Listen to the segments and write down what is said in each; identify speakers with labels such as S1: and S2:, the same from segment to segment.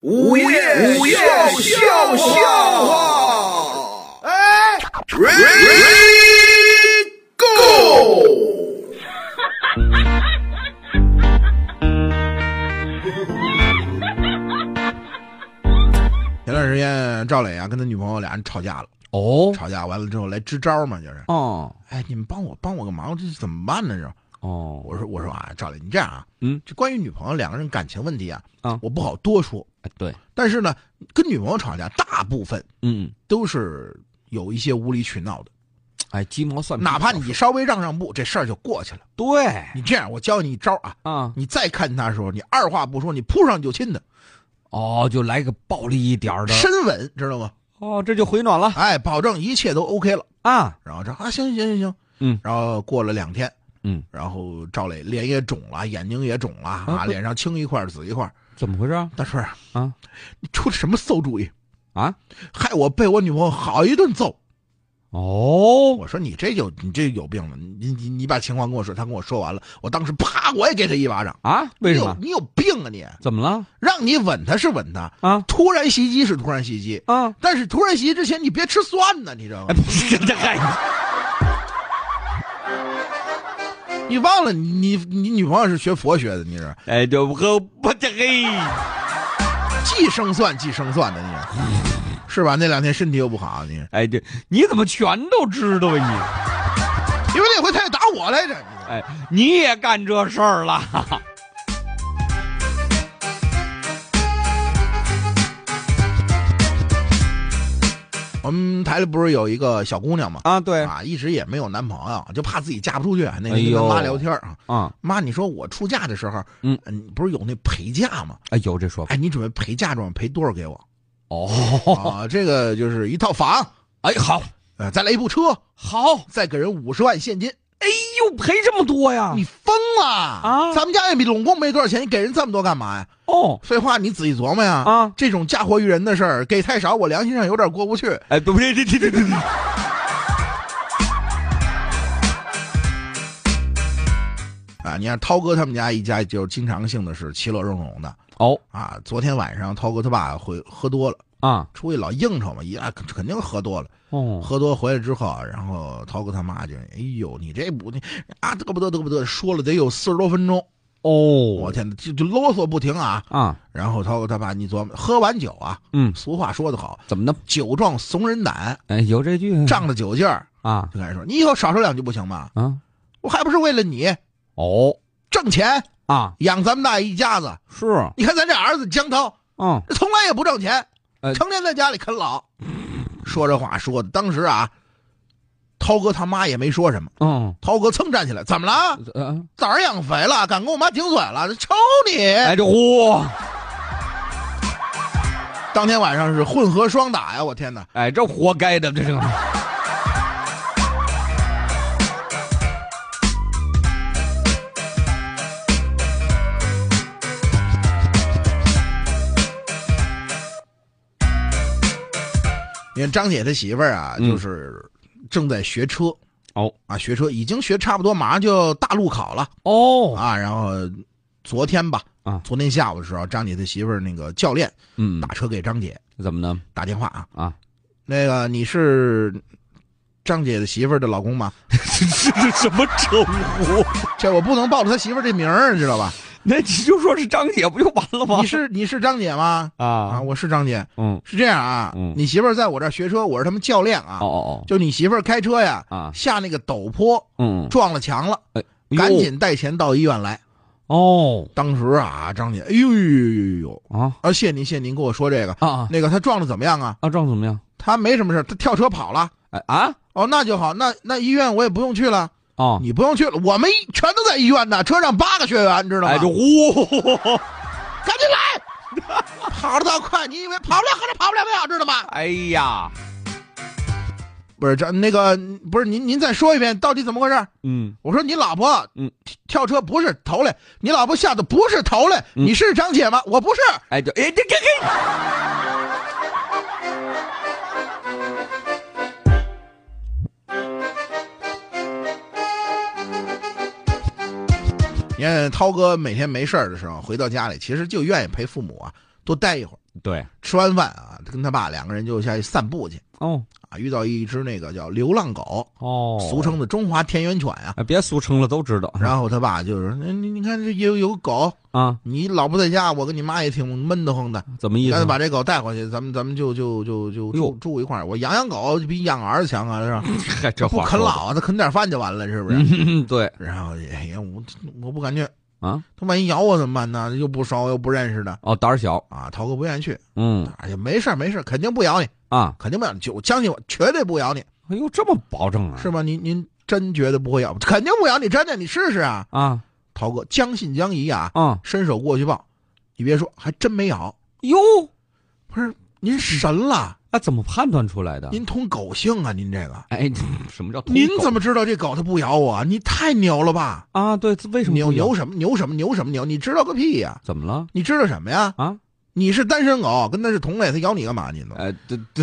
S1: 午夜午夜笑笑话，哎，Ready Go！前段时间赵磊啊跟他女朋友俩人吵架了，
S2: 哦
S1: 吵架完了之后来支招嘛，就是，
S2: 哦
S1: 哎，你们帮我帮我个忙，这是怎么办呢？这
S2: 哦，
S1: 我说我说啊，赵磊你这样啊，
S2: 嗯，
S1: 这关于女朋友两个人感情问题啊，
S2: 啊
S1: 我不好多说，
S2: 哎对，
S1: 但是呢，跟女朋友吵架，大部分
S2: 嗯，
S1: 都是有一些无理取闹的，
S2: 哎，鸡毛蒜皮，
S1: 哪怕你稍微让让步，这事儿就过去了。
S2: 对
S1: 你这样，我教你一招啊，
S2: 啊，
S1: 你再看他的时候，你二话不说，你扑上就亲的，
S2: 哦，就来个暴力一点儿的，
S1: 深吻，知道吗？
S2: 哦，这就回暖了
S1: 哎，保证一切都 OK 了。
S2: 啊，
S1: 然后这啊，行行行行，
S2: 嗯，
S1: 然后过了两天，
S2: 嗯，
S1: 然后赵磊脸也肿了，眼睛也肿了啊，
S2: 啊
S1: 脸上青一块紫一块。
S2: 怎么回事啊？
S1: 大春
S2: 啊，
S1: 你出的什么馊主意？
S2: 啊，
S1: 害我被我女朋友好一顿揍。
S2: 哦，
S1: 我说你这有你这有病了，你你你把情况跟我说，他跟我说完了，我当时啪我也给他一巴掌。
S2: 啊，为什么
S1: 你有？你有病啊你！
S2: 怎么了？
S1: 让你吻他是吻他，
S2: 啊
S1: 突然袭击是突然袭击，
S2: 啊，
S1: 但是突然袭击之前你别吃蒜呢，你知道
S2: 哎，
S1: 吗？
S2: 不是，这还
S1: 你忘了你你你女朋友是学佛学的，你是
S2: 哎，这我不这嘿，
S1: 既生蒜既生蒜的你，是吧？那两天身体又不好，你
S2: 哎，这你怎么全都知道啊
S1: 因为那回他也打我来着。你
S2: 你？哎，你也干这事儿了？
S1: 我们台里不是有一个小姑娘嘛，
S2: 啊，对
S1: 啊，一直也没有男朋友，就怕自己嫁不出去。那
S2: 哎
S1: 天跟
S2: 呦
S1: 她妈聊天啊，
S2: 啊，
S1: 妈，你说我出嫁的时候，呃
S2: 嗯，
S1: 不是有那陪嫁吗？
S2: 哎，有这说法
S1: 哎，你准备陪嫁妆赔多少给我？
S2: 哦，
S1: 啊，这个就是一套房，
S2: 哎，好，
S1: 呃，再来一部车，
S2: 好，
S1: 再给人五十万现金，
S2: 哎呦，赔这么多呀
S1: 你？疯了啊咱们家也没拢共没多少钱，你给人这么多干嘛呀？
S2: 哦，
S1: 废话，你仔细琢磨呀。
S2: 啊
S1: 这种嫁祸于人的事儿，给太少，我良心上有点过不去。
S2: 哎，对不对？这这这这这，
S1: 啊，你看涛哥他们家一家就经常性的是其乐融融的
S2: 哦
S1: 啊。昨天晚上涛哥他爸回喝多了，
S2: 啊，
S1: 出去老应酬嘛，一啊肯定喝多了。
S2: 哦，
S1: 喝多回来之后，然后涛哥他妈就，哎呦，你这不你啊嘚不嘚嘚不嘚，说了得有四十多分钟，
S2: 哦，
S1: 我
S2: 我
S1: 天呐，就就啰嗦不停啊。
S2: 啊，
S1: 然后涛哥他爸，你琢磨，喝完酒啊，
S2: 嗯，
S1: 俗话说得好，
S2: 怎么的？
S1: 酒壮怂人胆，
S2: 哎，有这句
S1: 仗着酒劲儿
S2: 啊
S1: 就开始说，你以后少说两句不行吗？
S2: 啊，
S1: 我还不是为了你
S2: 哦
S1: 挣钱
S2: 啊，
S1: 养咱们大一家子。
S2: 是，
S1: 你看咱这儿子江涛，
S2: 嗯，
S1: 从来也不挣钱，
S2: 呃
S1: 成天在家里啃老。说这话说的，当时啊，涛哥他妈也没说什么，
S2: 嗯，
S1: 涛哥蹭站起来，怎么了？
S2: 呃，
S1: 崽儿养肥了，敢跟我妈顶嘴了，抽你！
S2: 哎，这呼，
S1: 当天晚上是混合双打呀，我天哪！
S2: 哎，这活该的，这是，
S1: 你看张姐她媳妇儿啊，
S2: 嗯
S1: 就是正在学车
S2: 哦
S1: 啊，学车已经学差不多，马上就要大路考了
S2: 哦，
S1: 啊。然后昨天吧，
S2: 啊
S1: 昨天下午的时候，张姐她媳妇儿那个教练
S2: 嗯
S1: 打，车给张姐
S2: 怎么呢？
S1: 打电话啊，
S2: 啊，
S1: 那个你是张姐的媳妇儿的老公吗？
S2: 这这这什么称呼？
S1: 这我不能报出他媳妇儿这名儿，你知道 吧？
S2: 那你就说是张姐不就完了吗
S1: 你？是你是张姐吗？啊，
S2: 啊，
S1: 我是张姐。
S2: 嗯，
S1: 是这样啊，
S2: 嗯
S1: 你媳妇儿在我这儿学车，我是他们教练啊。
S2: 哦哦
S1: 就你媳妇儿开车呀，
S2: 哦，啊，
S1: 下那个陡坡
S2: 嗯，
S1: 撞了墙了，赶紧带钱到医院来。
S2: 哦
S1: 当时啊，张姐，哎呦呦呦呦呦，
S2: 啊
S1: 啊，谢您谢您跟我说这个，
S2: 啊
S1: 那个他撞的怎么样啊？
S2: 啊，撞怎么样？
S1: 他没什么事，他跳车跑了。
S2: 哎啊
S1: 哦，那就好，那那医院我也不用去了，
S2: 哦，
S1: 你不用去了，我们全都在医院呢，车上八个学员，你知道吗？
S2: 哎，这呼。
S1: 赶紧来， 跑得倒快，你以为跑不了，合着跑不了没有，知道吗？
S2: 哎呀，
S1: 不是这那个不是您您再说一遍，到底怎么回事？
S2: 嗯，
S1: 我说你老婆，
S2: 嗯，
S1: 跳车不是头嘞，你老婆吓得不是头嘞，
S2: 嗯
S1: 你是张姐吗？我不是，
S2: 哎，这哎这这这，
S1: 你看涛哥每天没事儿的时候回到家里，其实就愿意陪父母啊多待一会儿，
S2: 对，
S1: 吃完饭啊，跟他爸两个人就下去散步去
S2: 哦
S1: 啊，遇到一只那个叫流浪狗，
S2: 哦，
S1: 俗称的中华田园犬啊。
S2: 哎，别俗称了，都知道。
S1: 然后他爸就说：“哎你你看这有有狗，
S2: 啊，
S1: 你老婆在家，我跟你妈也挺闷得慌的，
S2: 怎么意
S1: 干脆
S2: 思？
S1: 把这狗带回去，咱们咱们就就就就
S2: 哎呦
S1: 住住一块儿。我养养狗比养儿子强啊，是吧？
S2: 嗨 这
S1: 不
S2: 话
S1: 啃
S2: 说的
S1: 老啊，他啃点饭就完了，是不是？
S2: 嗯， 对
S1: 然后哎呀，我我不敢去，
S2: 啊，
S1: 他万一咬我怎么办呢？又不熟又不认识的
S2: 哦，胆儿小，
S1: 啊，涛哥不愿意去。
S2: 嗯
S1: 哎呀，没事儿没事儿，肯定不咬你，
S2: 啊，
S1: 肯定不咬你，就我相信我，绝对不咬你，
S2: 哎呦，这么保证啊？
S1: 是吗？您您真觉得不会咬？肯定不咬你，真的，你试试啊！
S2: 啊
S1: 涛哥将信将疑啊，
S2: 啊，
S1: 伸手过去抱，你别说，还真没咬。
S2: 哟，
S1: 不是您神了，
S2: 那怎么判断出来的？
S1: 您通狗性啊，您这个，
S2: 哎， 什么叫嗯通
S1: 您
S2: 狗
S1: 怎么知道这狗它不咬我啊？你太牛了吧！
S2: 啊？对，为什么
S1: 牛
S2: 不咬
S1: 牛什么牛什么牛什么牛？你知道个屁呀、
S2: 怎么了？
S1: 你知道什么呀？
S2: 啊，
S1: 你是单身狗，跟它是同类，它咬你干嘛？你呢？
S2: 哎，这这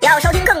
S3: 要收听更